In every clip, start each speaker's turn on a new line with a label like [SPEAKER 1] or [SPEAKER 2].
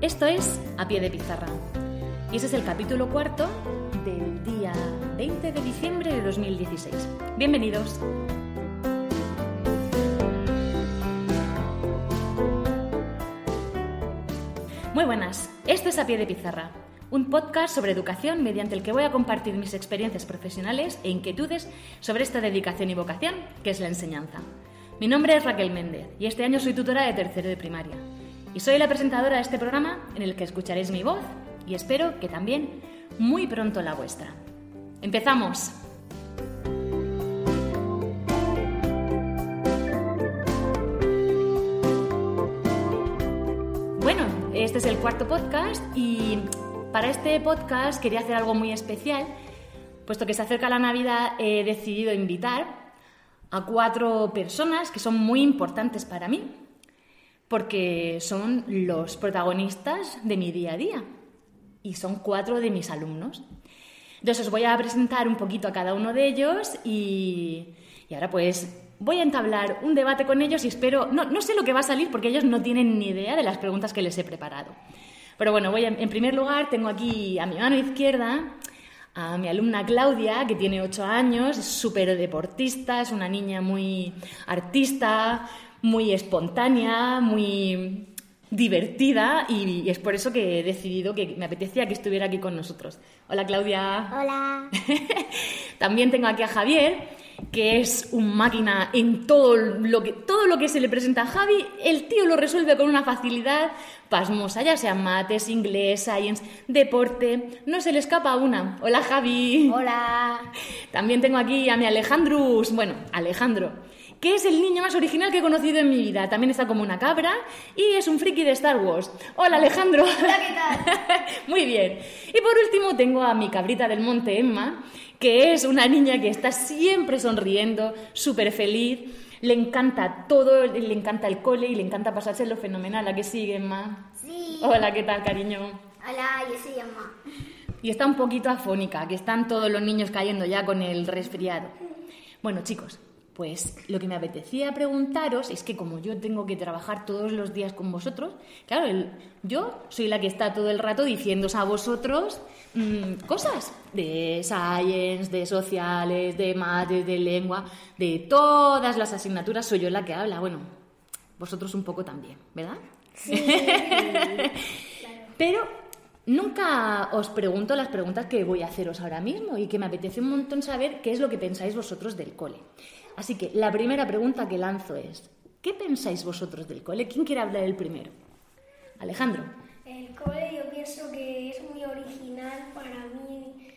[SPEAKER 1] Esto es A Pie de Pizarra. Y este es el capítulo cuarto del día 20 de diciembre de 2016. Bienvenidos. Muy buenas, esto es A Pie de Pizarra, un podcast sobre educación mediante el que voy a compartir mis experiencias profesionales e inquietudes sobre esta dedicación y vocación que es la enseñanza. Mi nombre es Raquel Méndez y este año soy tutora de tercero de primaria. Y soy la presentadora de este programa en el que escucharéis mi voz y espero que también muy pronto la vuestra. ¡Empezamos! Bueno, este es el cuarto podcast y para este podcast quería hacer algo muy especial, puesto que se acerca la Navidad he decidido invitar a cuatro personas que son muy importantes para mí, porque son los protagonistas de mi día a día y son cuatro de mis alumnos. Entonces os voy a presentar un poquito a cada uno de ellos y, y ahora pues voy a entablar un debate con ellos y espero, no, no sé lo que va a salir porque ellos no tienen ni idea de las preguntas que les he preparado. Pero bueno, voy a- en primer lugar tengo aquí a mi mano izquierda a mi alumna Claudia, que tiene 8 años, es súper deportista, es una niña muy artista, muy espontánea, muy divertida y, y es por eso que he decidido que me apetecía que estuviera aquí con nosotros. Hola Claudia.
[SPEAKER 2] Hola.
[SPEAKER 1] También tengo aquí a Javier, que es un máquina en todo lo que todo lo que se le presenta a Javi, el tío lo resuelve con una facilidad pasmosa, ya sea mates, inglés, science, deporte, no se le escapa una. Hola Javi.
[SPEAKER 2] Hola.
[SPEAKER 1] También tengo aquí a mi Alejandrus, bueno, Alejandro, que es el niño más original que he conocido en mi vida. También está como una cabra y es un friki de Star Wars. Hola, Alejandro. Hola, ¿qué tal? Muy bien. Y por último tengo a mi cabrita del monte, Emma, que es una niña que está siempre sonriendo, súper feliz. Le encanta todo, le encanta el cole y le encanta pasárselo fenomenal. ¿A que sigue, Emma?
[SPEAKER 2] Sí.
[SPEAKER 1] Hola, ¿qué tal, cariño?
[SPEAKER 2] Hola, yo soy Emma.
[SPEAKER 1] Y está un poquito afónica, que están todos los niños cayendo ya con el resfriado. Bueno, chicos, pues lo que me apetecía preguntaros es que como yo tengo que trabajar todos los días con vosotros, claro, el- yo soy la que está todo el rato diciéndoos a vosotros mm, cosas de science, de sociales, de mates, de lengua, de todas las asignaturas soy yo la que habla. Bueno, vosotros un poco también, ¿verdad? Pero nunca os pregunto las preguntas que voy a haceros ahora mismo y que me apetece un montón saber qué es lo que pensáis vosotros del cole. Así que la primera pregunta que lanzo es, ¿qué pensáis vosotros del cole? ¿Quién quiere hablar el primero? Alejandro.
[SPEAKER 3] El cole yo pienso que es muy original para mí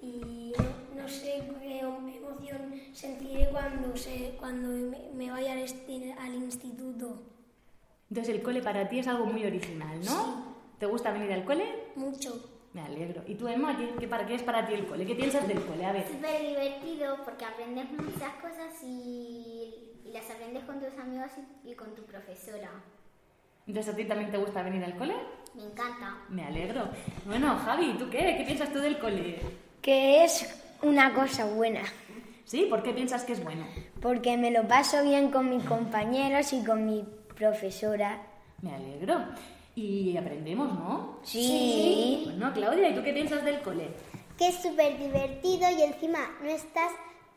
[SPEAKER 3] y no, no sé qué emoción sentiré cuando se cuando me, me vaya al, esti- al instituto.
[SPEAKER 1] Entonces el cole para ti es algo muy original, ¿no? ¿Te gusta venir al cole?
[SPEAKER 3] Mucho.
[SPEAKER 1] Me alegro. ¿Y tú, Emma, qué, qué para, qué es para ti el cole? ¿Qué piensas del cole? A ver.
[SPEAKER 2] Súper divertido porque aprendes muchas cosas y, y las aprendes con tus amigos y, y con tu profesora.
[SPEAKER 1] Entonces a ti también te gusta venir al cole?
[SPEAKER 2] Me encanta.
[SPEAKER 1] Me alegro. Bueno, Javi, ¿tú qué? ¿Qué piensas tú del cole?
[SPEAKER 4] que es una cosa buena,
[SPEAKER 1] Sí, ¿por qué piensas que es bueno?
[SPEAKER 4] porque me lo paso bien con mis compañeros y con mi profesora.
[SPEAKER 1] Me alegro. Y aprendemos, ¿no?
[SPEAKER 4] Sí.
[SPEAKER 1] Bueno, Claudia, ¿y tú qué piensas del cole?
[SPEAKER 2] Que es súper divertido y encima no estás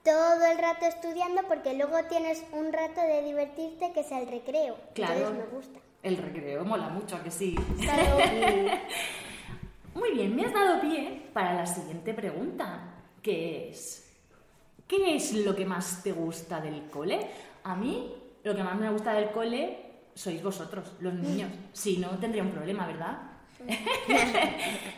[SPEAKER 2] todo el rato estudiando porque luego tienes un rato de divertirte que es el recreo.
[SPEAKER 1] Claro.
[SPEAKER 2] Entonces me gusta.
[SPEAKER 1] El recreo mola mucho, ¿a que sí? Muy bien, me has dado pie para la siguiente pregunta, que es, ¿qué es lo que más te gusta del cole? A mí, lo que más me gusta del cole sois vosotros, los niños. Si no, tendría un problema, ¿verdad?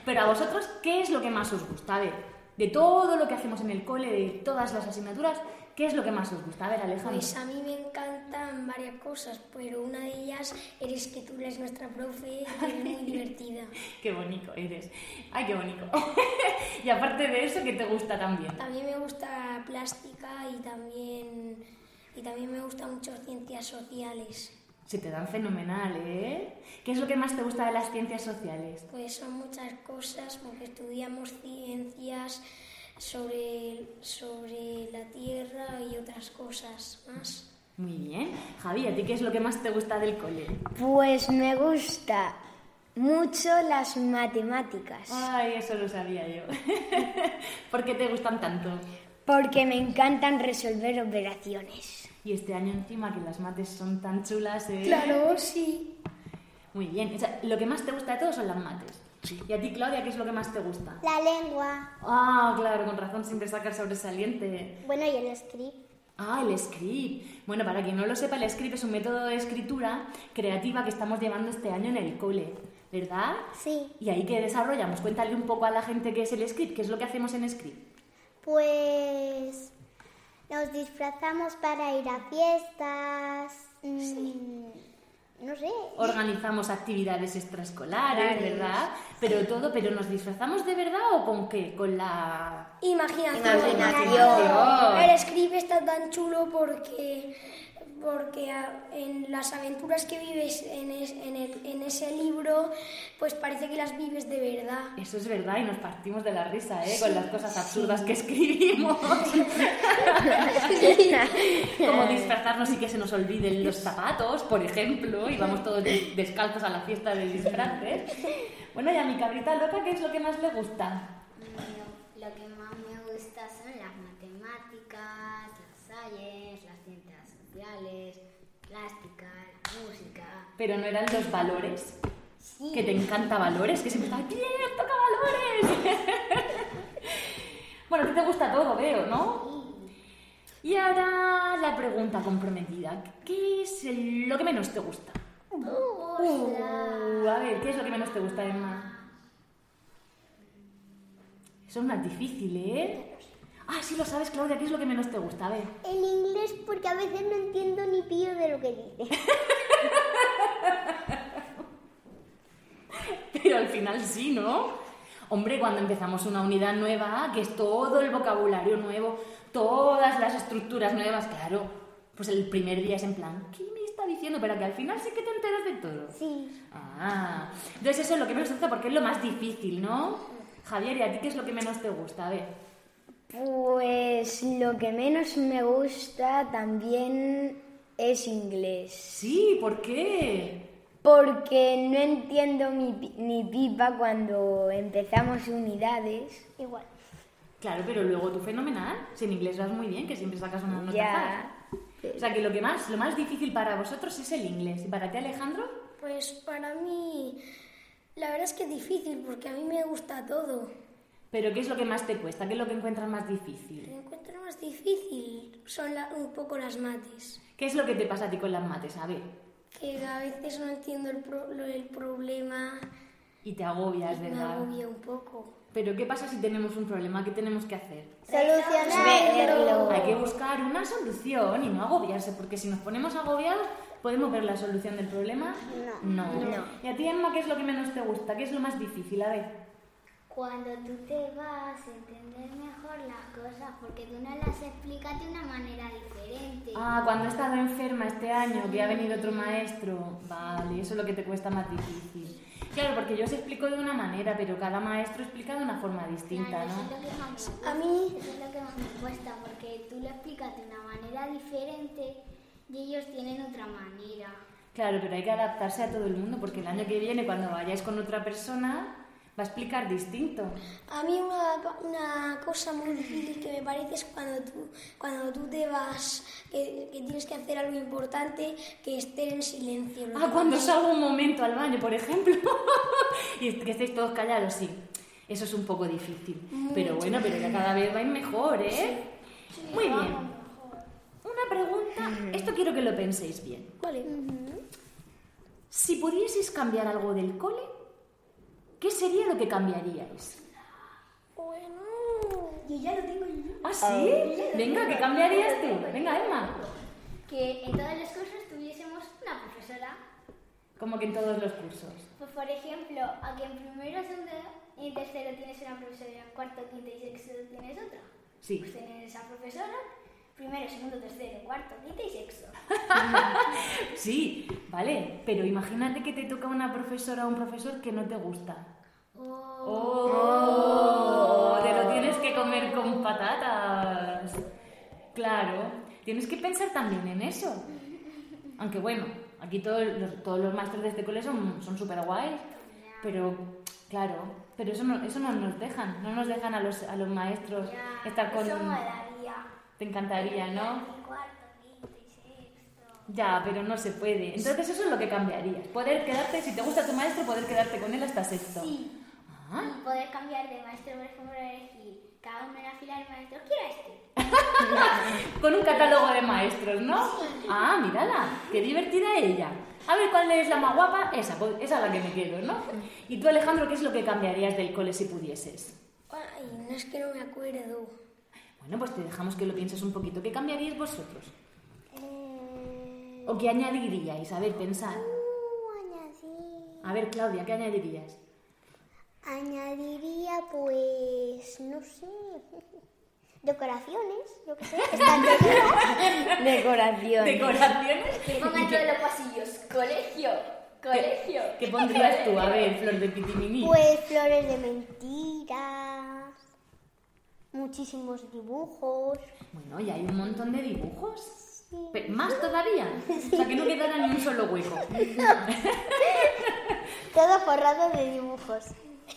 [SPEAKER 1] Pero a vosotros, ¿qué es lo que más os gusta? A ver, de todo lo que hacemos en el cole, de todas las asignaturas, ¿Qué es lo que más os gusta? A ver, Alejandro.
[SPEAKER 3] Pues a mí me encantan varias cosas, pero una de ellas eres que tú eres nuestra profe y eres muy divertida.
[SPEAKER 1] Qué bonito eres. Ay, qué bonito. y aparte de eso, ¿qué te gusta también?
[SPEAKER 3] También me gusta plástica y también, y también me gustan mucho ciencias sociales.
[SPEAKER 1] Se te dan fenomenal, ¿eh? ¿Qué es lo que más te gusta de las ciencias sociales?
[SPEAKER 3] Pues son muchas cosas, porque estudiamos ciencias sobre, sobre la Tierra y otras cosas más.
[SPEAKER 1] Muy bien. Javi, ¿a ti qué es lo que más te gusta del cole?
[SPEAKER 4] Pues me gusta mucho las matemáticas.
[SPEAKER 1] Ay, eso lo sabía yo. ¿Por qué te gustan tanto?
[SPEAKER 4] Porque me encantan resolver operaciones.
[SPEAKER 1] Y este año encima que las mates son tan chulas, ¿eh?
[SPEAKER 3] sí.
[SPEAKER 1] Muy bien. O sea, lo que más te gusta de todo son las mates. ¿Y a ti, Claudia, qué es lo que más te gusta?
[SPEAKER 2] La lengua.
[SPEAKER 1] Ah, claro, con razón siempre sacas sobresaliente.
[SPEAKER 2] Bueno, y el script.
[SPEAKER 1] Ah, el script. Bueno, para quien no lo sepa, el script es un método de escritura creativa que estamos llevando este año en el cole, ¿verdad?
[SPEAKER 2] Sí.
[SPEAKER 1] ¿Y ahí qué desarrollamos? Cuéntale un poco a la gente qué es el script, qué es lo que hacemos en script.
[SPEAKER 2] Pues nos disfrazamos para ir a fiestas. mm, No sé.
[SPEAKER 1] Organizamos actividades extraescolares, ¿verdad? Pero todo, pero ¿nos disfrazamos de verdad o con qué? Con la...
[SPEAKER 3] Imaginación.
[SPEAKER 1] Imaginación.
[SPEAKER 3] El script está tan chulo porque, porque a- en las aventuras que vives en, es- en el- en ese libro, pues parece que las vives de verdad.
[SPEAKER 1] Eso es verdad y nos partimos de la risa, ¿eh? Con las cosas absurdas que escribimos. Como disfrazarnos y que se nos olviden los zapatos, por ejemplo, y vamos todos des- descalzos a la fiesta de disfraces. Bueno, y a mi cabrita loca, ¿qué es lo que más le gusta?
[SPEAKER 5] Lo, lo que más me gusta son las matemáticas, las science, las ciencias sociales, plástica, la música.
[SPEAKER 1] Pero no eran los valores. Que te encanta valores, que siempre estás, ¡bien, toca valores! bueno, a ti te gusta todo, veo, ¿no? Y ahora la pregunta comprometida. ¿Qué es el- lo que menos te gusta? Uh, a ver, ¿qué es lo que menos te gusta, Emma? Eso es más difícil, ¿eh? Ah, sí lo sabes, Claudia, ¿qué es lo que menos te gusta? A ver.
[SPEAKER 2] El inglés porque a veces no entiendo ni pío de lo que dice.
[SPEAKER 1] Pero al final sí, ¿no? Hombre, cuando empezamos una unidad nueva, que es todo el vocabulario nuevo, todas las estructuras nuevas, claro, pues el primer día es en plan, ¿qué me está diciendo? Pero que al final sí que te enteras de todo.
[SPEAKER 2] Sí.
[SPEAKER 1] Ah, entonces eso es lo que menos te gusta porque es lo más difícil, ¿no? Javier, ¿y a ti qué es lo que menos te gusta? A ver.
[SPEAKER 4] Pues lo que menos me gusta también es inglés.
[SPEAKER 1] Sí, ¿por qué?
[SPEAKER 4] Porque no entiendo mi, pi- mi pipa cuando empezamos unidades.
[SPEAKER 2] Igual.
[SPEAKER 1] Claro, pero luego tú fenomenal. Si en inglés vas muy bien, que siempre sacas una nota.
[SPEAKER 4] Ya.
[SPEAKER 1] O sea que lo que más, lo más difícil para vosotros es el inglés. ¿Y para ti, Alejandro?
[SPEAKER 3] Pues para mí, la verdad es que es difícil porque a mí me gusta todo.
[SPEAKER 1] Pero ¿qué es lo que más te cuesta? ¿Qué es lo que encuentras más
[SPEAKER 3] Lo
[SPEAKER 1] difícil?
[SPEAKER 3] que encuentro más difícil son la- un poco las mates,
[SPEAKER 1] ¿Qué es lo que te pasa a ti con las mates? A ver.
[SPEAKER 3] que a veces no entiendo el, pro- lo- el problema
[SPEAKER 1] Y te agobias,
[SPEAKER 3] me
[SPEAKER 1] ¿verdad?
[SPEAKER 3] agobia un poco.
[SPEAKER 1] Pero ¿qué pasa si tenemos un problema? ¿Qué tenemos que hacer?
[SPEAKER 4] Verlo.
[SPEAKER 1] Hay que buscar una solución y no agobiarse, porque si nos ponemos agobiados, ¿podemos ver la solución del problema? No. ¿Y a ti, Emma, qué es lo que menos te gusta? ¿Qué es lo más difícil? A ver.
[SPEAKER 5] Cuando tú te vas, entender mejor las cosas porque tú no las explicas de una manera diferente.
[SPEAKER 1] Ah, cuando he estado enferma este año, que ha venido otro maestro. Vale, eso es lo que te cuesta más difícil. Claro, porque yo os explico de una manera, pero cada maestro explica de una forma distinta,
[SPEAKER 5] Claro,
[SPEAKER 1] ¿no?
[SPEAKER 5] eso es lo que más me gusta.
[SPEAKER 3] A mí-
[SPEAKER 5] Eso es lo que más me cuesta, porque tú lo explicas de una manera diferente y ellos tienen otra manera.
[SPEAKER 1] Claro, pero hay que adaptarse a todo el mundo porque el año que viene, cuando vayáis con otra persona, va a explicar distinto.
[SPEAKER 3] A mí una, una cosa muy difícil que me parece es cuando tú, cuando tú te vas, que, que tienes que hacer algo importante, que esté en silencio. ¿no?
[SPEAKER 1] Ah, cuando salgo un momento al baño, por ejemplo, y que estéis todos callados, sí. Eso es un poco difícil. Pero bueno, pero ya cada vez vais mejor, ¿eh? Muy bien. Una pregunta, esto quiero que lo penséis bien.
[SPEAKER 3] Vale.
[SPEAKER 1] Si pudieseis cambiar algo del cole, ¿qué sería lo que cambiaríais?
[SPEAKER 3] Bueno, yo ya lo tengo yo.
[SPEAKER 1] ¿Ah, sí? Venga, ¿qué cambiarías tú? Venga, Emma.
[SPEAKER 5] Que en todos los cursos tuviésemos una profesora.
[SPEAKER 1] Como que en todos los cursos.
[SPEAKER 5] Pues por ejemplo, aquí en primero, segundo y tercero tienes una profesora, en cuarto, quinto y sexto tienes otra.
[SPEAKER 1] Sí.
[SPEAKER 5] Pues tener esa profesora, primero, segundo, tercero, cuarto, quinto y sexto.
[SPEAKER 1] Sí, vale. Pero imagínate que te toca una profesora o un profesor que no te gusta. ¡Oh! Te lo tienes que comer con patatas. Claro. Tienes que pensar también en eso. Aunque bueno, aquí todos los, todos los másteres de este cole son súper guays. Pero, claro, pero eso no, eso no nos dejan. No nos dejan a los, a los maestros estar con...
[SPEAKER 5] Eso molaría.
[SPEAKER 1] Te encantaría, ¿no?
[SPEAKER 5] Cuarto, quinto y sexto.
[SPEAKER 1] Ya, pero no se puede. Entonces eso es lo que cambiarías. Poder quedarte, si te gusta tu maestro, poder quedarte con él hasta sexto.
[SPEAKER 5] Sí.
[SPEAKER 1] Ah,
[SPEAKER 5] Y poder cambiar de maestro, por ejemplo, elegir cada uno en la fila del maestro, quiero este.
[SPEAKER 1] con un catálogo de maestros, ¿no? Ah, mírala, qué divertida ella. A ver cuál es la más guapa, esa, pues, esa es la que me quedo, ¿no? Y tú, Alejandro, ¿qué es lo que cambiarías del cole si pudieses?
[SPEAKER 3] Ay, no es que no me acuerdo.
[SPEAKER 1] Bueno, pues te dejamos que lo pienses un poquito. ¿Qué cambiaríais vosotros?
[SPEAKER 2] Eh,
[SPEAKER 1] ¿O qué añadiríais? A ver, pensar.
[SPEAKER 2] uh, añadir.
[SPEAKER 1] A ver, Claudia, ¿qué añadirías?
[SPEAKER 2] Añadiría, pues, no sé, decoraciones, yo qué sé, estanterías.
[SPEAKER 4] Decoración.
[SPEAKER 1] ¿Decoraciones?
[SPEAKER 5] Pongan todos los pasillos. Colegio. Colegio.
[SPEAKER 1] ¿Qué pondrías tú? A ver, flor de pitiminí.
[SPEAKER 2] Pues flores de mentiras, muchísimos dibujos.
[SPEAKER 1] Bueno, y hay un montón de dibujos. Pe- ¿Más todavía? O sea, que no quedara ni un solo hueco.
[SPEAKER 2] Todo forrado de dibujos.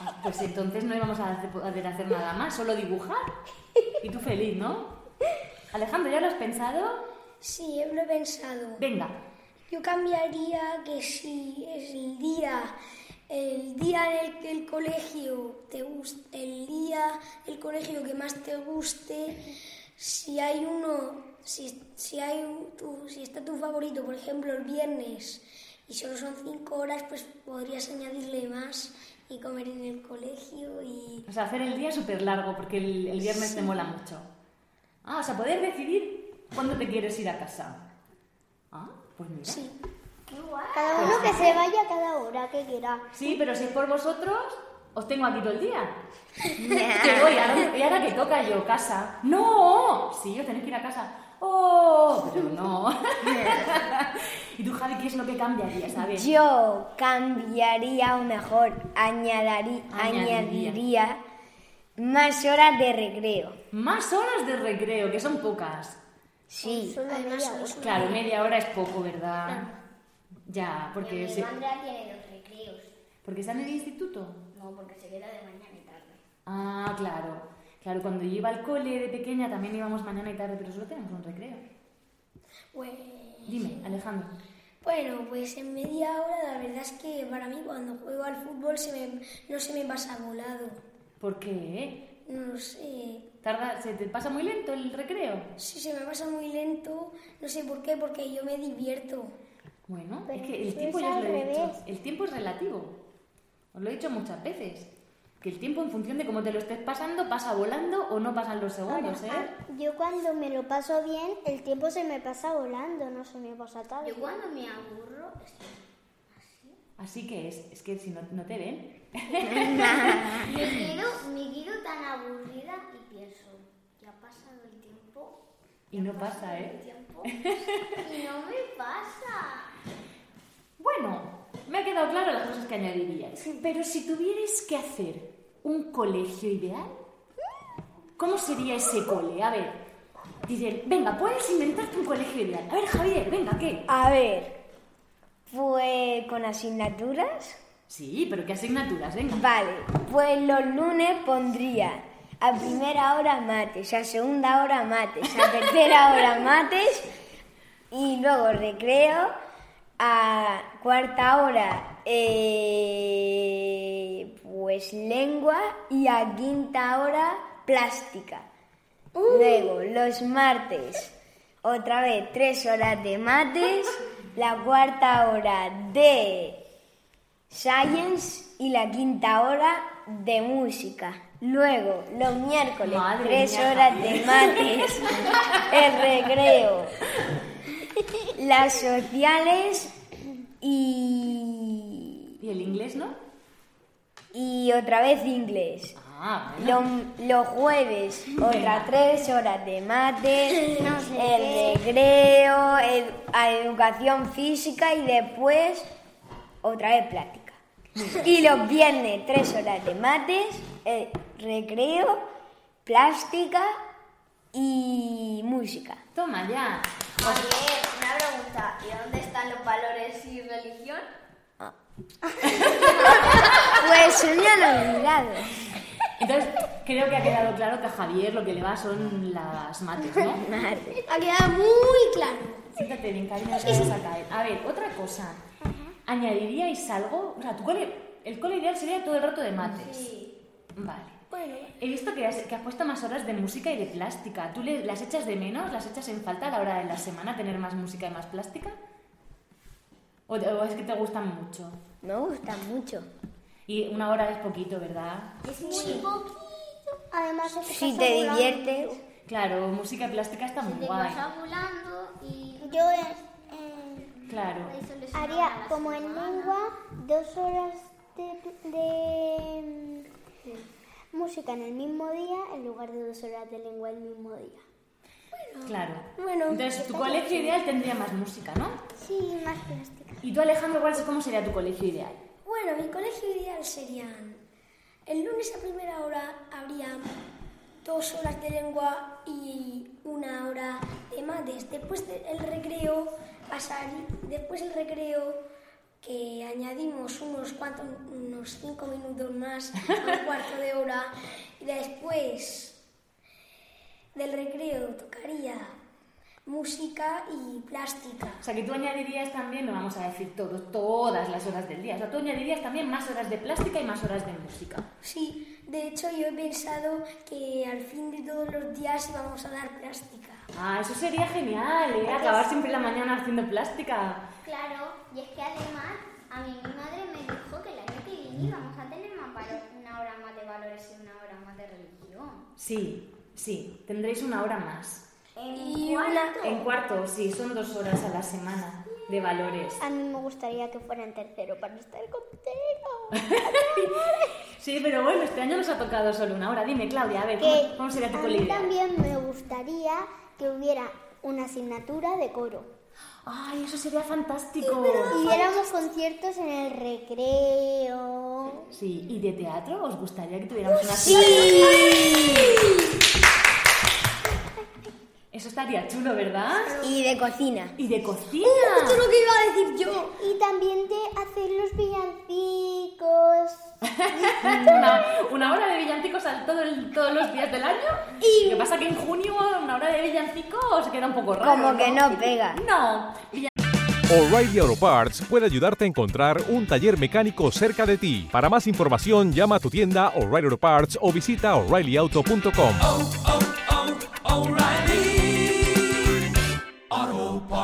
[SPEAKER 1] Ah, pues entonces no íbamos a hacer- poder hacer nada más, solo dibujar. Y tú feliz, ¿no? Alejandro, ¿ya lo has pensado?
[SPEAKER 3] Sí, lo he pensado.
[SPEAKER 1] Venga.
[SPEAKER 3] Yo cambiaría que si es el día, el día en el que el colegio te gus- el día el colegio que más te guste, si hay uno, si, si hay un- tu- si está tu favorito, por ejemplo, el viernes y solo son cinco horas, pues podrías añadirle más y comer en el colegio y
[SPEAKER 1] O sea, hacer el día súper largo porque el, el viernes te mola mucho. Ah, o sea, poder decidir cuándo te quieres ir a casa. Ah, pues mira.
[SPEAKER 3] sí.
[SPEAKER 2] Cada uno que se vaya a cada hora que quiera.
[SPEAKER 1] Sí, pero si es por vosotros, os tengo aquí todo el día. Que voy, ahora- y ahora que toca yo, casa. ¡No! Sí, os tenéis que ir a casa. ¡Oh! Pero no. ¿Y tú, Javi, qué es lo que cambiarías? A ver.
[SPEAKER 4] Yo cambiaría o mejor añadari-
[SPEAKER 1] Añadiría.
[SPEAKER 4] añadiría más horas de recreo.
[SPEAKER 1] Más horas de recreo, que son pocas.
[SPEAKER 4] Sí.
[SPEAKER 2] Solo media hora.
[SPEAKER 1] Claro, media hora es poco, ¿verdad? Ya, porque, se-
[SPEAKER 5] Andrea tiene los recreos.
[SPEAKER 1] porque está en el instituto.
[SPEAKER 5] No, porque se queda de mañana y tarde.
[SPEAKER 1] Ah, claro. Claro, cuando yo iba al cole de pequeña también íbamos mañana y tarde, pero solo tenemos un recreo.
[SPEAKER 3] Bueno,
[SPEAKER 1] Dime, Alejandro.
[SPEAKER 3] Bueno, pues en media hora la verdad es que para mí cuando juego al fútbol se me- no se me pasa volado.
[SPEAKER 1] ¿Por qué?
[SPEAKER 3] No sé,
[SPEAKER 1] Tarda, se te pasa muy lento el recreo.
[SPEAKER 3] si se me pasa muy lento, no sé por qué, porque yo me divierto.
[SPEAKER 1] Bueno,
[SPEAKER 2] Pero
[SPEAKER 1] es que el
[SPEAKER 2] eso
[SPEAKER 1] tiempo
[SPEAKER 2] es
[SPEAKER 1] ya os
[SPEAKER 2] al
[SPEAKER 1] lo he dicho,
[SPEAKER 2] revés.
[SPEAKER 1] el tiempo es relativo. Os lo he dicho muchas veces. Que el tiempo en función de cómo te lo estés pasando pasa volando o no pasan los segundos, ¿eh?
[SPEAKER 2] Yo cuando me lo paso bien, el tiempo se me pasa volando, no se me pasa tarde.
[SPEAKER 5] Yo cuando me aburro, estoy
[SPEAKER 1] Así que es, es que si no, no te ven.
[SPEAKER 5] Me quedo, me quedo tan aburrida y pienso, ya ha pasado el tiempo.
[SPEAKER 1] Y no pasa, ¿eh?
[SPEAKER 5] El tiempo. Y no me pasa.
[SPEAKER 1] Bueno, me ha quedado claro las cosas que añadirías. Pero si tuvierais que hacer un colegio ideal, ¿cómo sería ese cole? A ver, dicen, venga, puedes inventarte un colegio ideal. A ver, Javier, venga, ¿qué?
[SPEAKER 4] A ver, pues con asignaturas.
[SPEAKER 1] Sí, pero ¿qué asignaturas? Venga.
[SPEAKER 4] Vale, pues los lunes pondría a primera hora mates, a segunda hora mates, a tercera hora mates y luego recreo, a cuarta hora eh, pues lengua y a quinta hora plástica. Luego los martes otra vez tres horas de mates, la cuarta hora de Science y la quinta hora de música. Luego, los miércoles,
[SPEAKER 1] Madre
[SPEAKER 4] tres
[SPEAKER 1] mía,
[SPEAKER 4] horas de mates, el recreo, las sociales y,
[SPEAKER 1] ¿Y el inglés, no?
[SPEAKER 4] y otra vez inglés.
[SPEAKER 1] Ah, bueno.
[SPEAKER 4] Los, los jueves, otras tres horas de mates, el recreo, ed- a educación física y después otra vez plática. Y los viernes, tres horas de mates, el recreo, plástica y música.
[SPEAKER 1] Toma ya.
[SPEAKER 5] una pregunta. ¿Y dónde están los valores y religión?
[SPEAKER 4] Ah. Pues se me han olvidado.
[SPEAKER 1] Entonces, creo que ha quedado claro que a Javier lo que le va son las mates, ¿no?
[SPEAKER 4] Madre.
[SPEAKER 3] Ha quedado muy claro.
[SPEAKER 1] Siéntate bien, cariño, que vamos a caer. A ver, otra cosa. ¿Añadiríais algo? O sea, tu cole, el cole ideal sería todo el rato de mates. Vale.
[SPEAKER 3] Bueno,
[SPEAKER 1] He visto que has, que has puesto más horas de música y de plástica. ¿Tú le- las echas de menos? ¿Las echas en falta a la hora de la semana tener más música y más plástica? ¿O, te- o es que te gustan mucho?
[SPEAKER 4] Me gusta mucho.
[SPEAKER 1] Y una hora es poquito, ¿verdad?
[SPEAKER 5] Es muy poquito.
[SPEAKER 2] Además, es que
[SPEAKER 4] Si
[SPEAKER 2] pasa
[SPEAKER 4] te
[SPEAKER 2] volando.
[SPEAKER 4] diviertes,
[SPEAKER 1] Claro, música y plástica está muy
[SPEAKER 5] Te
[SPEAKER 1] guay.
[SPEAKER 5] vas volando y
[SPEAKER 2] Yo eh,
[SPEAKER 1] Claro.
[SPEAKER 5] no hay solución a
[SPEAKER 2] haría
[SPEAKER 5] la
[SPEAKER 2] como en
[SPEAKER 5] semana.
[SPEAKER 2] lengua dos horas de, de, mm, música en el mismo día en lugar de dos horas de lengua el mismo día.
[SPEAKER 1] Claro.
[SPEAKER 2] Bueno,
[SPEAKER 1] Entonces, tu
[SPEAKER 2] está
[SPEAKER 1] colegio ideal tendría más música, ¿no?
[SPEAKER 2] Sí, más plástica.
[SPEAKER 1] ¿Y tú, Alejandro, cuál es- cómo sería tu colegio ideal?
[SPEAKER 3] Bueno, mi colegio ideal serían. El lunes a primera hora habría dos horas de lengua y una hora de mates. Después del recreo, pasar, después el recreo que añadimos unos cuantos, unos cinco minutos más, un cuarto de hora. Y después del recreo tocaría música y plástica.
[SPEAKER 1] O sea, que tú añadirías también, no vamos a decir todo, todas las horas del día. O sea, tú añadirías también más horas de plástica y más horas de música.
[SPEAKER 3] Sí, de hecho yo he pensado que al fin de todos los días íbamos a dar plástica.
[SPEAKER 1] Ah, eso sería genial, ¿eh? Acabar siempre la mañana haciendo plástica.
[SPEAKER 5] Claro, y es que además a mí mi madre me dijo que el año que viene íbamos a tener más valo- una hora más de valores y una hora más de religión.
[SPEAKER 1] Sí, sí, tendréis una hora más.
[SPEAKER 3] Y una...
[SPEAKER 1] En cuarto, sí, son dos horas a la semana de valores.
[SPEAKER 2] A mí me gustaría que fuera en tercero para estar contigo.
[SPEAKER 1] Sí, pero bueno, este año nos ha tocado solo una hora. Dime, Claudia, a ver,
[SPEAKER 2] Que
[SPEAKER 1] ¿cómo, cómo sería tu
[SPEAKER 2] a mí
[SPEAKER 1] colegio?
[SPEAKER 2] también me gustaría que hubiera una asignatura de coro.
[SPEAKER 1] Ay, eso sería fantástico.
[SPEAKER 2] Y viéramos conciertos en el recreo.
[SPEAKER 1] Sí, ¿y de teatro? ¿Os gustaría que tuviéramos una Eso estaría chulo, ¿verdad?
[SPEAKER 4] y de cocina.
[SPEAKER 1] Y de cocina.
[SPEAKER 3] Esto es lo que iba a decir yo.
[SPEAKER 2] Y también de hacer los villancicos.
[SPEAKER 1] Una, una hora de villancicos al- todo el- todos los días del año. Y... ¿Qué pasa? Que en junio una hora de villancicos queda un poco raro.
[SPEAKER 4] Como que no pega.
[SPEAKER 1] No. Villan-
[SPEAKER 6] O'Reilly Auto Parts puede ayudarte a encontrar un taller mecánico cerca de ti. Para más información, llama a tu tienda O'Reilly Auto Parts o visita oreillyauto.com.
[SPEAKER 7] O'Reilly Auto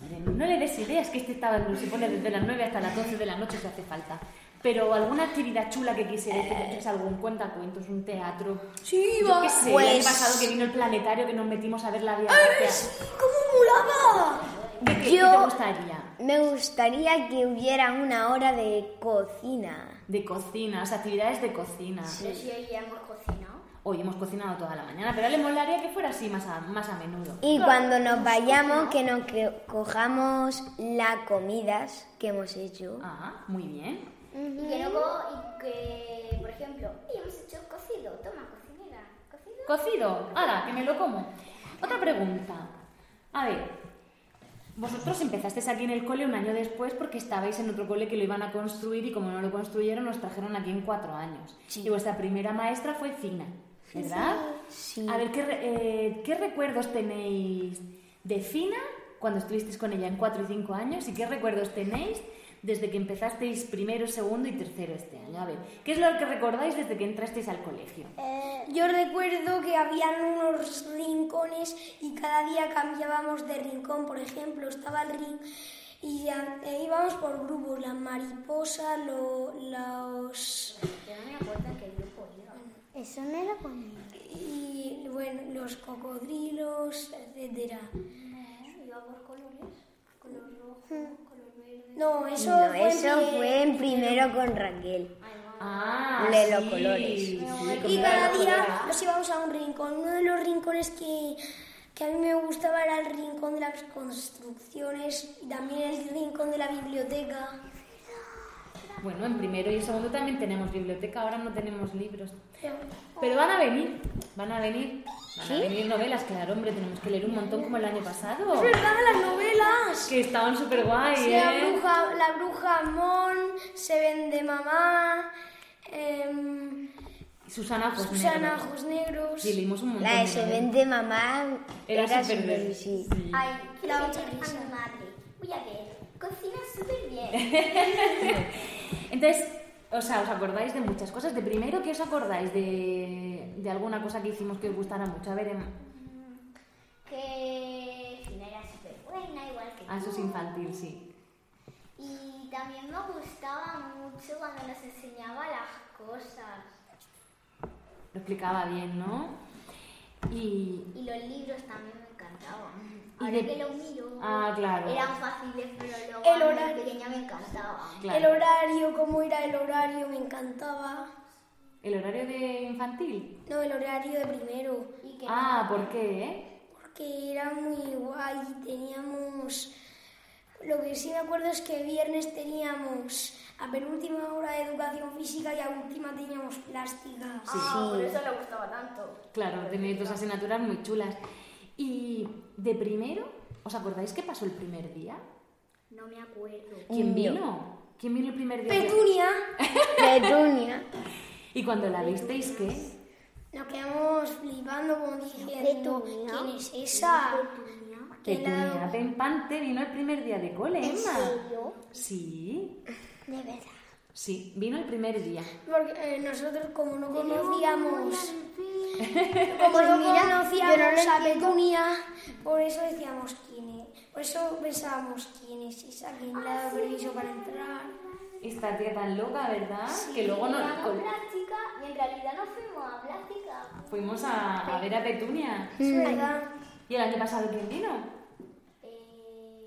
[SPEAKER 1] Hombre, No le des ideas, que este estaba se pone desde las 9 hasta las 12 de la noche si hace falta. Pero alguna actividad chula que quisieras que te eches algún cuentacuentos, un teatro.
[SPEAKER 3] Sí,
[SPEAKER 1] Yo qué sé, el año
[SPEAKER 4] pues-
[SPEAKER 1] pasado que vino el planetario que nos metimos a ver la Vía Láctea.
[SPEAKER 3] ¿Cómo molaba?
[SPEAKER 1] ¿Qué- qué- qué te
[SPEAKER 4] Yo-
[SPEAKER 1] gustaría?
[SPEAKER 4] Me gustaría que hubiera una hora de cocina.
[SPEAKER 1] De cocina, o sea, actividades de cocina.
[SPEAKER 5] Pero si hoy ya hemos cocinado.
[SPEAKER 1] Hoy hemos cocinado toda la mañana, pero le molaría que fuera así más a, más a menudo.
[SPEAKER 4] Y cuando nos vayamos, que nos que- cojamos las comidas que hemos hecho.
[SPEAKER 1] Ah, muy bien.
[SPEAKER 5] Y que luego, y que, por ejemplo, y hemos hecho cocido. Toma, cocinera. ¿Cocido?
[SPEAKER 1] Cocido, ahora, que me lo como. Otra pregunta. A ver, Vosotros empezasteis aquí en el cole un año después porque estabais en otro cole que lo iban a construir y como no lo construyeron nos trajeron aquí en cuatro años. Y vuestra primera maestra fue Fina, ¿verdad?
[SPEAKER 4] Sí.
[SPEAKER 1] A ver, ¿qué, re- eh, ¿qué recuerdos tenéis de Fina cuando estuvisteis con ella en cuatro y cinco años? ¿Y qué recuerdos tenéis desde que empezasteis primero, segundo y tercero este año? A ver, ¿qué es lo que recordáis desde que entrasteis al colegio?
[SPEAKER 3] Yo recuerdo que habían unos rincones y cada día cambiábamos de rincón. Por ejemplo, estaba el ring y ya- e íbamos por grupos, las mariposas, lo- los
[SPEAKER 2] Eso no era conmigo.
[SPEAKER 3] y bueno, los cocodrilos, etcétera. Iba por colores, color rojo,
[SPEAKER 2] Mm.
[SPEAKER 3] color verde. No, eso
[SPEAKER 4] No,
[SPEAKER 3] fue,
[SPEAKER 4] eso
[SPEAKER 3] en
[SPEAKER 4] fue en primero con Raquel.
[SPEAKER 1] Ah,
[SPEAKER 4] De los
[SPEAKER 1] sí,
[SPEAKER 4] colores.
[SPEAKER 1] sí, como
[SPEAKER 3] Y
[SPEAKER 1] era
[SPEAKER 3] cada
[SPEAKER 1] la
[SPEAKER 3] día
[SPEAKER 1] colorada.
[SPEAKER 3] nos íbamos a un rincón. Uno de los rincones que, que a mí me gustaba era el rincón de las construcciones y también el rincón de la biblioteca.
[SPEAKER 1] Bueno, en primero y en segundo también tenemos biblioteca, ahora no tenemos libros. Pero van a venir, van a venir, van a venir novelas, claro, hombre, tenemos que leer un montón como el año pasado.
[SPEAKER 3] ¡Verdad, las novelas!
[SPEAKER 1] Que estaban súper guay,
[SPEAKER 3] La
[SPEAKER 1] ¿eh?
[SPEAKER 3] bruja, la bruja Mon, Se vende mamá, em,
[SPEAKER 1] Y Susana José.
[SPEAKER 3] Susana, Ojos Negros.
[SPEAKER 1] Sí, leímos un montón.
[SPEAKER 4] La de
[SPEAKER 1] de
[SPEAKER 4] se
[SPEAKER 1] novelas.
[SPEAKER 4] vende mamá
[SPEAKER 1] Era,
[SPEAKER 4] era
[SPEAKER 1] súper
[SPEAKER 4] súper-
[SPEAKER 1] bien.
[SPEAKER 4] sí.
[SPEAKER 1] Sí.
[SPEAKER 5] Ay, quiero
[SPEAKER 3] La
[SPEAKER 5] ver
[SPEAKER 3] otra
[SPEAKER 5] a
[SPEAKER 3] risa.
[SPEAKER 5] mi madre. Voy a ver. Cocina súper bien.
[SPEAKER 1] Entonces, o sea, os acordáis de muchas cosas. De primero, ¿qué os acordáis de, de alguna cosa que hicimos que os gustara mucho? A ver, Em, Emma.
[SPEAKER 5] Que Fina era súper buena, igual que
[SPEAKER 1] Ah, eso
[SPEAKER 5] tú.
[SPEAKER 1] es infantil, sí.
[SPEAKER 5] Y también me gustaba mucho cuando nos enseñaba las cosas.
[SPEAKER 1] Lo explicaba bien, ¿no? Y
[SPEAKER 5] Y los libros también me encantaban.
[SPEAKER 1] Y
[SPEAKER 5] Ahora
[SPEAKER 1] de-
[SPEAKER 5] que lo miro,
[SPEAKER 1] Ah, claro.
[SPEAKER 5] eran fáciles, pero luego
[SPEAKER 3] El
[SPEAKER 5] a mí de
[SPEAKER 3] horario.
[SPEAKER 5] pequeña me encantaban.
[SPEAKER 1] claro,
[SPEAKER 3] El horario, cómo era el horario, me encantaba.
[SPEAKER 1] el horario de infantil.
[SPEAKER 3] No, el horario de primero.
[SPEAKER 5] Y que
[SPEAKER 1] Ah, ¿por qué? eh?
[SPEAKER 3] porque era muy guay. Teníamos. Lo que sí me acuerdo es que viernes teníamos a penúltima hora de educación física y a última teníamos plástica. Ah,
[SPEAKER 5] por eso le gustaba tanto.
[SPEAKER 1] Claro, tenéis dos asignaturas muy chulas. Y de primero, ¿os acordáis qué pasó el primer día?
[SPEAKER 5] No me acuerdo.
[SPEAKER 1] ¿Quién
[SPEAKER 4] No.
[SPEAKER 1] vino? ¿Quién vino el primer día?
[SPEAKER 3] Petunia.
[SPEAKER 4] Petunia.
[SPEAKER 1] Y cuando la visteis, ¿qué?
[SPEAKER 3] Nos quedamos flipando como diciendo, ¿quién es esa? ¿Quién la ha dado
[SPEAKER 1] Petunia Pempante vino el primer día de cole, Emma. Sí,
[SPEAKER 2] De verdad.
[SPEAKER 1] sí, vino el primer día.
[SPEAKER 3] Porque eh, nosotros como no conocíamos, como
[SPEAKER 2] Pues
[SPEAKER 3] no
[SPEAKER 2] mira, yo no
[SPEAKER 3] conocíamos
[SPEAKER 2] lo
[SPEAKER 3] a Petunia, por eso decíamos quién es, por eso pensábamos quién es esa, quién le ha dado permiso para entrar.
[SPEAKER 1] Esta tía tan loca, ¿verdad? que luego no,
[SPEAKER 5] Fuimos a plástica y en realidad no fuimos a plástica.
[SPEAKER 1] fuimos a, a ver a Petunia.
[SPEAKER 3] Es verdad.
[SPEAKER 1] ¿Y el año pasado quién vino?
[SPEAKER 5] Eh,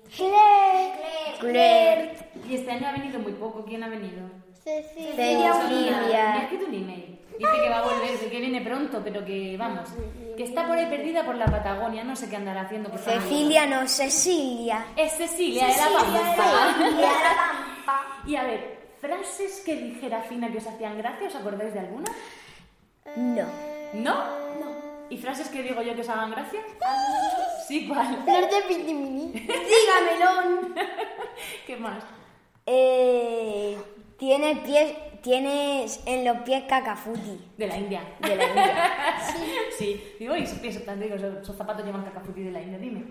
[SPEAKER 4] Claire.
[SPEAKER 1] Y este año ha venido muy poco. ¿Quién ha venido? Me ha
[SPEAKER 4] Eh, Cecilia.
[SPEAKER 1] escrito un email. Dice que va a volver, que viene pronto, pero que vamos. Que está por ahí perdida por la Patagonia, no sé qué andará haciendo. que está
[SPEAKER 4] Cecilia no, Cecilia.
[SPEAKER 1] muy- Es Cecilia, era famosa. Y a ver, frases que dijera Fina que os hacían gracia, ¿os acordáis de alguna?
[SPEAKER 4] No.
[SPEAKER 1] ¿No? No. ¿Y frases que digo yo que os hagan gracia? Sí, ¿cuál?
[SPEAKER 2] Flor de Pitimini.
[SPEAKER 3] Dígamelo.
[SPEAKER 1] ¿Qué más?
[SPEAKER 4] Eh, tiene pies, tienes en los pies cacafuti.
[SPEAKER 1] De la India.
[SPEAKER 4] De la India.
[SPEAKER 1] Sí. Digo, y pienso tanto, digo, esos esos zapatos llevan cacafuti de la India, dime.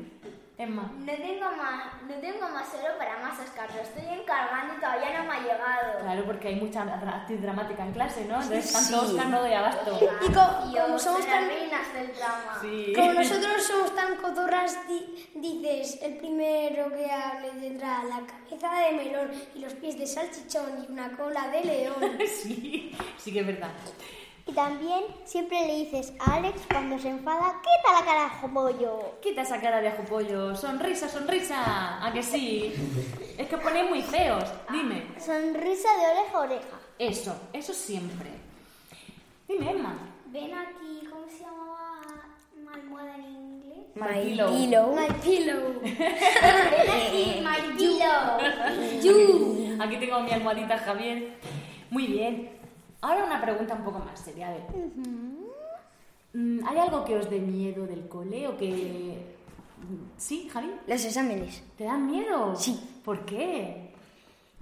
[SPEAKER 1] Emma.
[SPEAKER 5] no tengo más, no tengo más oro para más Oscar, lo estoy encargando y todavía no me ha llegado.
[SPEAKER 1] Claro, porque hay mucha dra- actriz dramática en clase, ¿no? Entonces,
[SPEAKER 4] Sí.
[SPEAKER 1] tanto Oscar no doy abasto.
[SPEAKER 3] Y co- como somos
[SPEAKER 5] tan
[SPEAKER 3] tan...
[SPEAKER 5] reinas del drama.
[SPEAKER 1] Sí.
[SPEAKER 3] Como nosotros somos tan cotorras, di- dices, el primero que hable tendrá la cabeza de melón y los pies de salchichón y una cola de león.
[SPEAKER 1] Sí, sí que es verdad.
[SPEAKER 2] Y también siempre le dices a Alex cuando se enfada, quita la carajo pollo.
[SPEAKER 1] Quita esa cara de ajopollo. Sonrisa, sonrisa. ¿A que sí? Es que os ponéis muy feos. Dime.
[SPEAKER 2] Sonrisa de oreja a oreja.
[SPEAKER 1] Eso, eso siempre. Dime, Emma.
[SPEAKER 5] Ven aquí, ¿cómo se llamaba la almohada en inglés?
[SPEAKER 4] My
[SPEAKER 1] Martilo.
[SPEAKER 4] pillow.
[SPEAKER 3] My pillow.
[SPEAKER 5] Ven aquí, my pillow.
[SPEAKER 1] Aquí tengo mi almohadita, Javier. Muy bien. Ahora una pregunta un poco más seria. A ver. Mm, ¿Hay algo que os dé miedo del cole o que ¿Sí, Javi?
[SPEAKER 4] Los exámenes.
[SPEAKER 1] ¿Te dan miedo?
[SPEAKER 4] Sí.
[SPEAKER 1] ¿Por qué?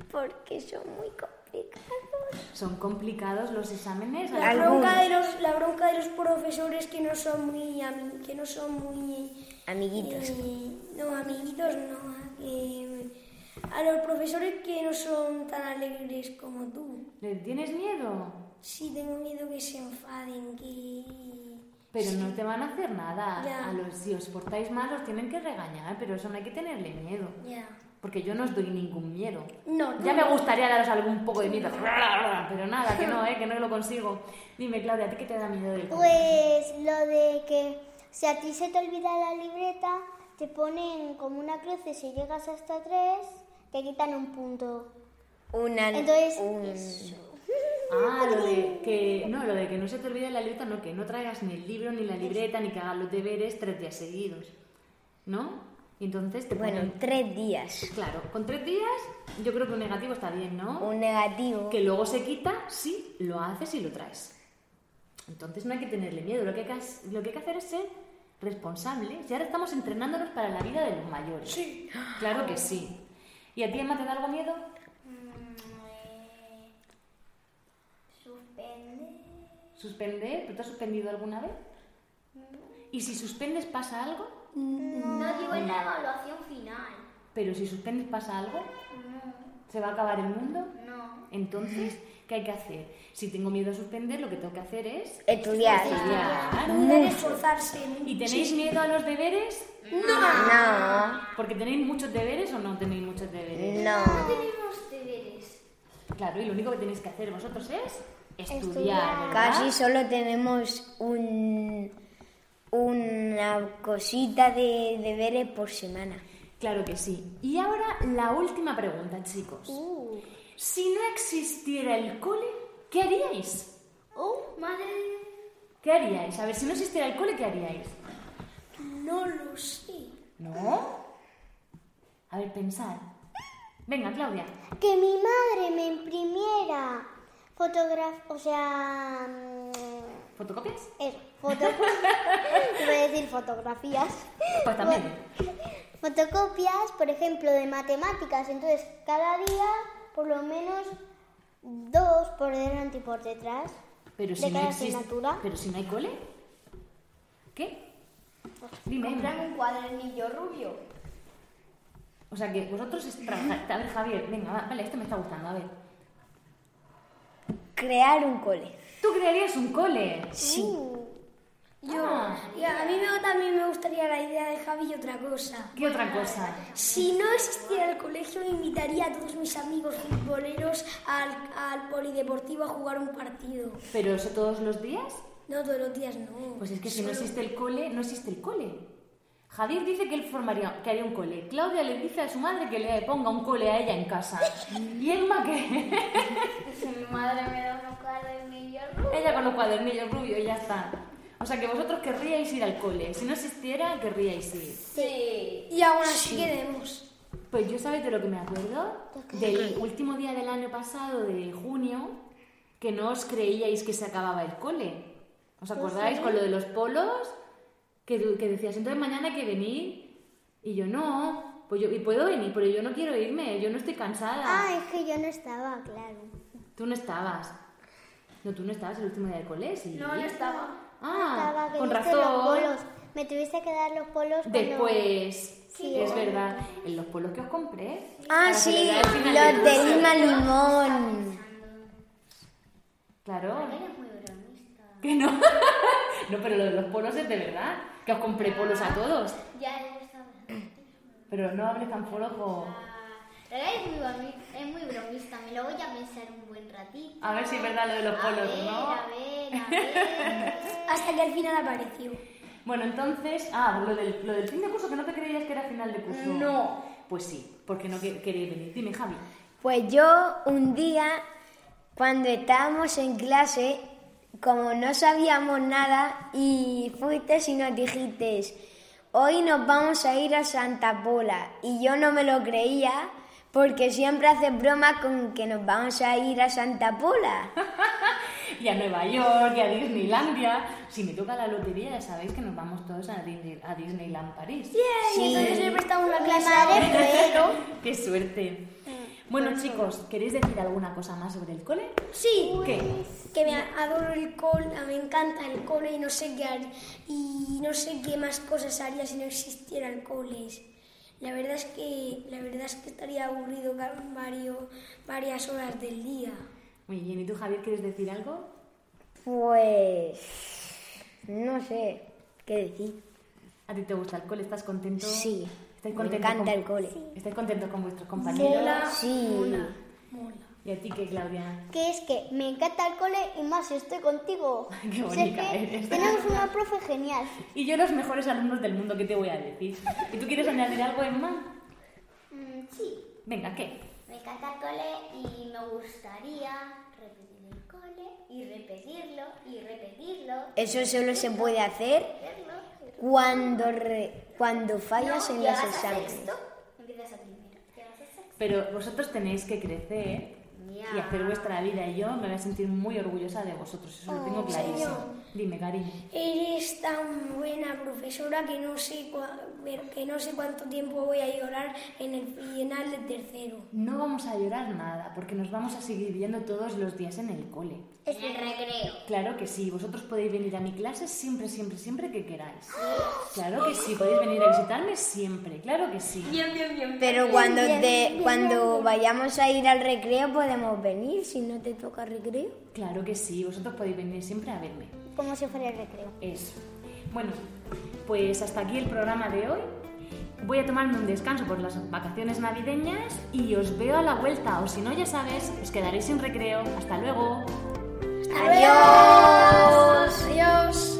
[SPEAKER 4] Porque son muy complicados.
[SPEAKER 1] ¿Son complicados los exámenes?
[SPEAKER 3] La
[SPEAKER 4] Algún-
[SPEAKER 3] bronca, de los, la bronca de los profesores que no son muy ami- que no son muy
[SPEAKER 4] Amiguitos.
[SPEAKER 3] eh, no amiguitos no eh, a los profesores que no son tan alegres como tú
[SPEAKER 1] ¿Le tienes miedo?
[SPEAKER 3] sí tengo miedo que se enfaden que
[SPEAKER 1] Pero no te van a hacer nada.
[SPEAKER 3] Ya.
[SPEAKER 1] A los, si os portáis mal, os tienen que regañar, pero eso no hay que tenerle miedo.
[SPEAKER 3] ya
[SPEAKER 1] Porque yo no os doy ningún miedo.
[SPEAKER 3] No,
[SPEAKER 1] Ya
[SPEAKER 3] tú
[SPEAKER 1] me
[SPEAKER 3] no.
[SPEAKER 1] gustaría daros algún poco de miedo. Pero nada, que no, ¿eh? que no lo consigo. Dime, Claudia, ¿a ti qué te da miedo del colegio?
[SPEAKER 2] Pues lo de que si a ti se te olvida la libreta, te ponen como una cruz y si llegas hasta tres, te quitan un punto.
[SPEAKER 4] Una,
[SPEAKER 2] Entonces,
[SPEAKER 4] un-
[SPEAKER 2] eso.
[SPEAKER 1] Ah, lo de que no, lo de que no se te olvide la libreta, no, que no traigas ni el libro ni la libreta ni que hagas los deberes tres días seguidos, ¿no? Y entonces te
[SPEAKER 4] Bueno,
[SPEAKER 1] ponen-
[SPEAKER 4] tres días.
[SPEAKER 1] claro, con tres días yo creo que un negativo está bien, ¿no?
[SPEAKER 4] Un negativo.
[SPEAKER 1] Que luego se quita si lo haces y lo traes. Entonces no hay que tenerle miedo, lo que hay que, has- lo que, hay que hacer es ser responsables. Y ahora estamos entrenándonos para la vida de los mayores. Sí. Claro que sí. ¿Y a ti, Emma, te da algo miedo?
[SPEAKER 2] Suspende.
[SPEAKER 1] ¿Suspender? ¿Pero te has suspendido alguna vez? ¿Y si suspendes pasa algo?
[SPEAKER 5] No digo en la evaluación final.
[SPEAKER 1] Pero si suspendes pasa algo, ¿se va a acabar el mundo?
[SPEAKER 5] No.
[SPEAKER 1] Entonces, ¿qué hay que hacer? Si tengo miedo a suspender, lo que tengo que hacer es
[SPEAKER 4] Estudiar.
[SPEAKER 1] estudiar.
[SPEAKER 3] deben esforzarse
[SPEAKER 1] ¿Y tenéis miedo a los deberes?
[SPEAKER 4] No.
[SPEAKER 1] Porque tenéis muchos deberes o no tenéis muchos deberes.
[SPEAKER 4] No.
[SPEAKER 5] Tenemos deberes.
[SPEAKER 1] Claro, y lo único que tenéis que hacer vosotros es estudiar.
[SPEAKER 2] Estudiar.
[SPEAKER 1] ¿verdad?
[SPEAKER 4] Casi solo tenemos un, una cosita de deberes por semana.
[SPEAKER 1] Claro que sí. Y ahora la última pregunta, chicos. Si no existiera el cole, ¿qué haríais?
[SPEAKER 5] Oh, madre.
[SPEAKER 1] ¿Qué haríais? A ver, si no existiera el cole, ¿qué haríais?
[SPEAKER 3] no lo sé
[SPEAKER 1] ¿No? A ver, pensad. Venga, Claudia.
[SPEAKER 2] Que mi madre me imprimiera fotografía, o sea, mm,
[SPEAKER 1] ¿Fotocopias?
[SPEAKER 2] eso, foto, iba a decir fotografías.
[SPEAKER 1] Pues también.
[SPEAKER 2] Fotocopias, por ejemplo, de matemáticas. Entonces, cada día, por lo menos dos por delante y por detrás.
[SPEAKER 1] Pero
[SPEAKER 2] de
[SPEAKER 1] si no
[SPEAKER 2] cada
[SPEAKER 1] existe-
[SPEAKER 2] asignatura.
[SPEAKER 1] Pero si no hay cole. ¿Qué? Dime.
[SPEAKER 5] Compran
[SPEAKER 1] Emma.
[SPEAKER 5] un cuadernillo rubio.
[SPEAKER 1] O sea que vosotros es- trabajar- A ver, Javier, venga, va, vale, esto me está gustando. A ver.
[SPEAKER 4] Crear un cole.
[SPEAKER 1] ¿Tú crearías un cole?
[SPEAKER 4] Sí.
[SPEAKER 3] yo
[SPEAKER 1] Ah.
[SPEAKER 3] y a mí me- también me gustaría la idea de Javi y otra cosa
[SPEAKER 1] ¿Qué otra cosa?
[SPEAKER 3] Si no existiera el colegio, invitaría a todos mis amigos futboleros al, al polideportivo a jugar un partido.
[SPEAKER 1] ¿Pero eso todos los días?
[SPEAKER 3] No, todos los días no.
[SPEAKER 1] Pues es que si no
[SPEAKER 3] Solo-
[SPEAKER 1] existe el cole, no existe el cole. Javier dice que él formaría, que haría un cole. Claudia le dice a su madre que le ponga un cole a ella en casa. Y Emma que
[SPEAKER 5] Mi madre me da unos cuadernillos rubios.
[SPEAKER 1] ella con los cuadernillos rubios y ya está. O sea que vosotros querríais ir al cole. Si no existiera, querríais ir.
[SPEAKER 5] Sí.
[SPEAKER 3] Y aún así queremos.
[SPEAKER 1] Pues yo sabes de lo que me acuerdo del último día del año pasado de junio que no os creíais que se acababa el cole. ¿Os acordáis con lo de los polos? Que, du- que decías, entonces mañana hay que venir. Y yo no, pues yo y puedo venir, pero yo no quiero irme, yo no estoy cansada.
[SPEAKER 2] Ah, es que yo no estaba, claro.
[SPEAKER 1] Tú no estabas. No, tú no estabas el último día del cole, sí.
[SPEAKER 5] No, no estaba.
[SPEAKER 1] Ah,
[SPEAKER 2] estaba, que
[SPEAKER 1] con
[SPEAKER 2] viste
[SPEAKER 1] razón.
[SPEAKER 2] los polos. Me tuviste que dar los polos cuando-
[SPEAKER 1] Después,
[SPEAKER 2] Sí.
[SPEAKER 1] es verdad, en los polos que os compré.
[SPEAKER 4] Ah,
[SPEAKER 1] para
[SPEAKER 4] sí,
[SPEAKER 1] celebrar el final
[SPEAKER 4] los de
[SPEAKER 1] curso.
[SPEAKER 4] Lima Limón.
[SPEAKER 1] Claro.
[SPEAKER 5] Eres muy bromista.
[SPEAKER 1] Que no. no, pero lo de los polos es de verdad. Que os compré polos a todos.
[SPEAKER 5] Ah, Ya eres sabes.
[SPEAKER 1] Pero no hables tan flojo.
[SPEAKER 5] Rebeca es muy, bromi- es muy bromista, me lo voy a pensar un buen ratito.
[SPEAKER 1] A ver si es verdad lo de los
[SPEAKER 5] A
[SPEAKER 1] polos,
[SPEAKER 5] ver,
[SPEAKER 1] ¿no?
[SPEAKER 5] a ver, a ver.
[SPEAKER 3] Hasta que al final apareció.
[SPEAKER 1] Bueno, entonces. Ah, lo del, lo del fin de curso, que no te creías que era final de curso. No. Pues sí, porque no que- queréis venir. Dime, Javi.
[SPEAKER 4] Pues yo un día, cuando estábamos en clase, como no sabíamos nada, y fuiste y nos dijiste, hoy nos vamos a ir a Santa Pola. Y yo no me lo creía, porque siempre haces bromas con que nos vamos a ir a Santa Pola.
[SPEAKER 1] y a Nueva York y a Disneylandia. Si me toca la lotería, ya sabéis que nos vamos todos a, Disney- a Disneyland París.
[SPEAKER 3] Y entonces siempre estamos en la
[SPEAKER 2] Mi
[SPEAKER 3] clase.
[SPEAKER 2] madre fue,
[SPEAKER 1] ¡Qué suerte!
[SPEAKER 4] Mm.
[SPEAKER 1] Bueno,
[SPEAKER 4] Pues
[SPEAKER 1] chicos, ¿queréis decir alguna cosa más sobre el cole?
[SPEAKER 3] Sí.
[SPEAKER 1] ¿Qué?
[SPEAKER 3] Que me adoro el cole, me encanta el cole y no sé qué har- y no sé qué más cosas haría si no existieran coles. La verdad es que la verdad es que estaría aburrido ca- vario- varias horas del día.
[SPEAKER 1] Muy bien, ¿y tú, Javier, quieres decir algo?
[SPEAKER 4] Pues no sé qué decir.
[SPEAKER 1] ¿A ti te gusta el cole? ¿Estás contento?
[SPEAKER 4] Sí,
[SPEAKER 1] ¿Estás
[SPEAKER 4] me
[SPEAKER 1] contento
[SPEAKER 4] encanta
[SPEAKER 1] con-
[SPEAKER 4] el cole.
[SPEAKER 1] ¿Estáis contentos con vuestros compañeros?
[SPEAKER 4] Sí,
[SPEAKER 1] ¿Y a ti qué, Claudia?
[SPEAKER 2] que es que me encanta el cole y más si estoy contigo.
[SPEAKER 1] Qué
[SPEAKER 2] O sea,
[SPEAKER 1] bonita
[SPEAKER 2] que
[SPEAKER 1] eres.
[SPEAKER 2] Tenemos una profe genial.
[SPEAKER 1] Y yo los mejores alumnos del mundo, ¿qué te voy a decir? ¿Y tú quieres añadir algo, Emma?
[SPEAKER 5] Mm, sí,
[SPEAKER 1] Venga, ¿qué?
[SPEAKER 5] me encanta el cole y me gustaría repetir el cole y repetirlo y repetirlo.
[SPEAKER 4] eso solo se puede hacer
[SPEAKER 5] Verlo,
[SPEAKER 4] cuando re- cuando fallas en los
[SPEAKER 5] llegas a
[SPEAKER 4] exámenes.
[SPEAKER 5] sexto, empiezas a primero. Llegas a sexto.
[SPEAKER 1] Pero vosotros tenéis que crecer y hacer vuestra vida y yo me voy a sentir muy orgullosa de vosotros, eso
[SPEAKER 5] Oh,
[SPEAKER 1] lo tengo clarísimo. Dime, cariño.
[SPEAKER 3] Eres tan buena profesora que no sé cua- ver- que no sé cuánto tiempo voy a llorar en el final del tercero.
[SPEAKER 1] No vamos a llorar nada porque nos vamos a seguir viendo todos los días en el cole.
[SPEAKER 5] En el recreo.
[SPEAKER 1] Claro que sí, vosotros podéis venir a mi clase siempre, siempre, siempre que queráis. Claro que sí, podéis venir a visitarme siempre, claro que sí.
[SPEAKER 4] Pero cuando te, cuando vayamos a ir al recreo podemos venir si no te toca recreo.
[SPEAKER 1] Claro que sí, vosotros podéis venir siempre a verme.
[SPEAKER 2] Como si fuera el recreo.
[SPEAKER 1] Eso. Bueno, pues hasta aquí el programa de hoy. Voy a tomarme un descanso por las vacaciones navideñas y os veo a la vuelta, o si no, ya sabes, os quedaréis sin recreo. Hasta luego.
[SPEAKER 3] Adiós. Adiós.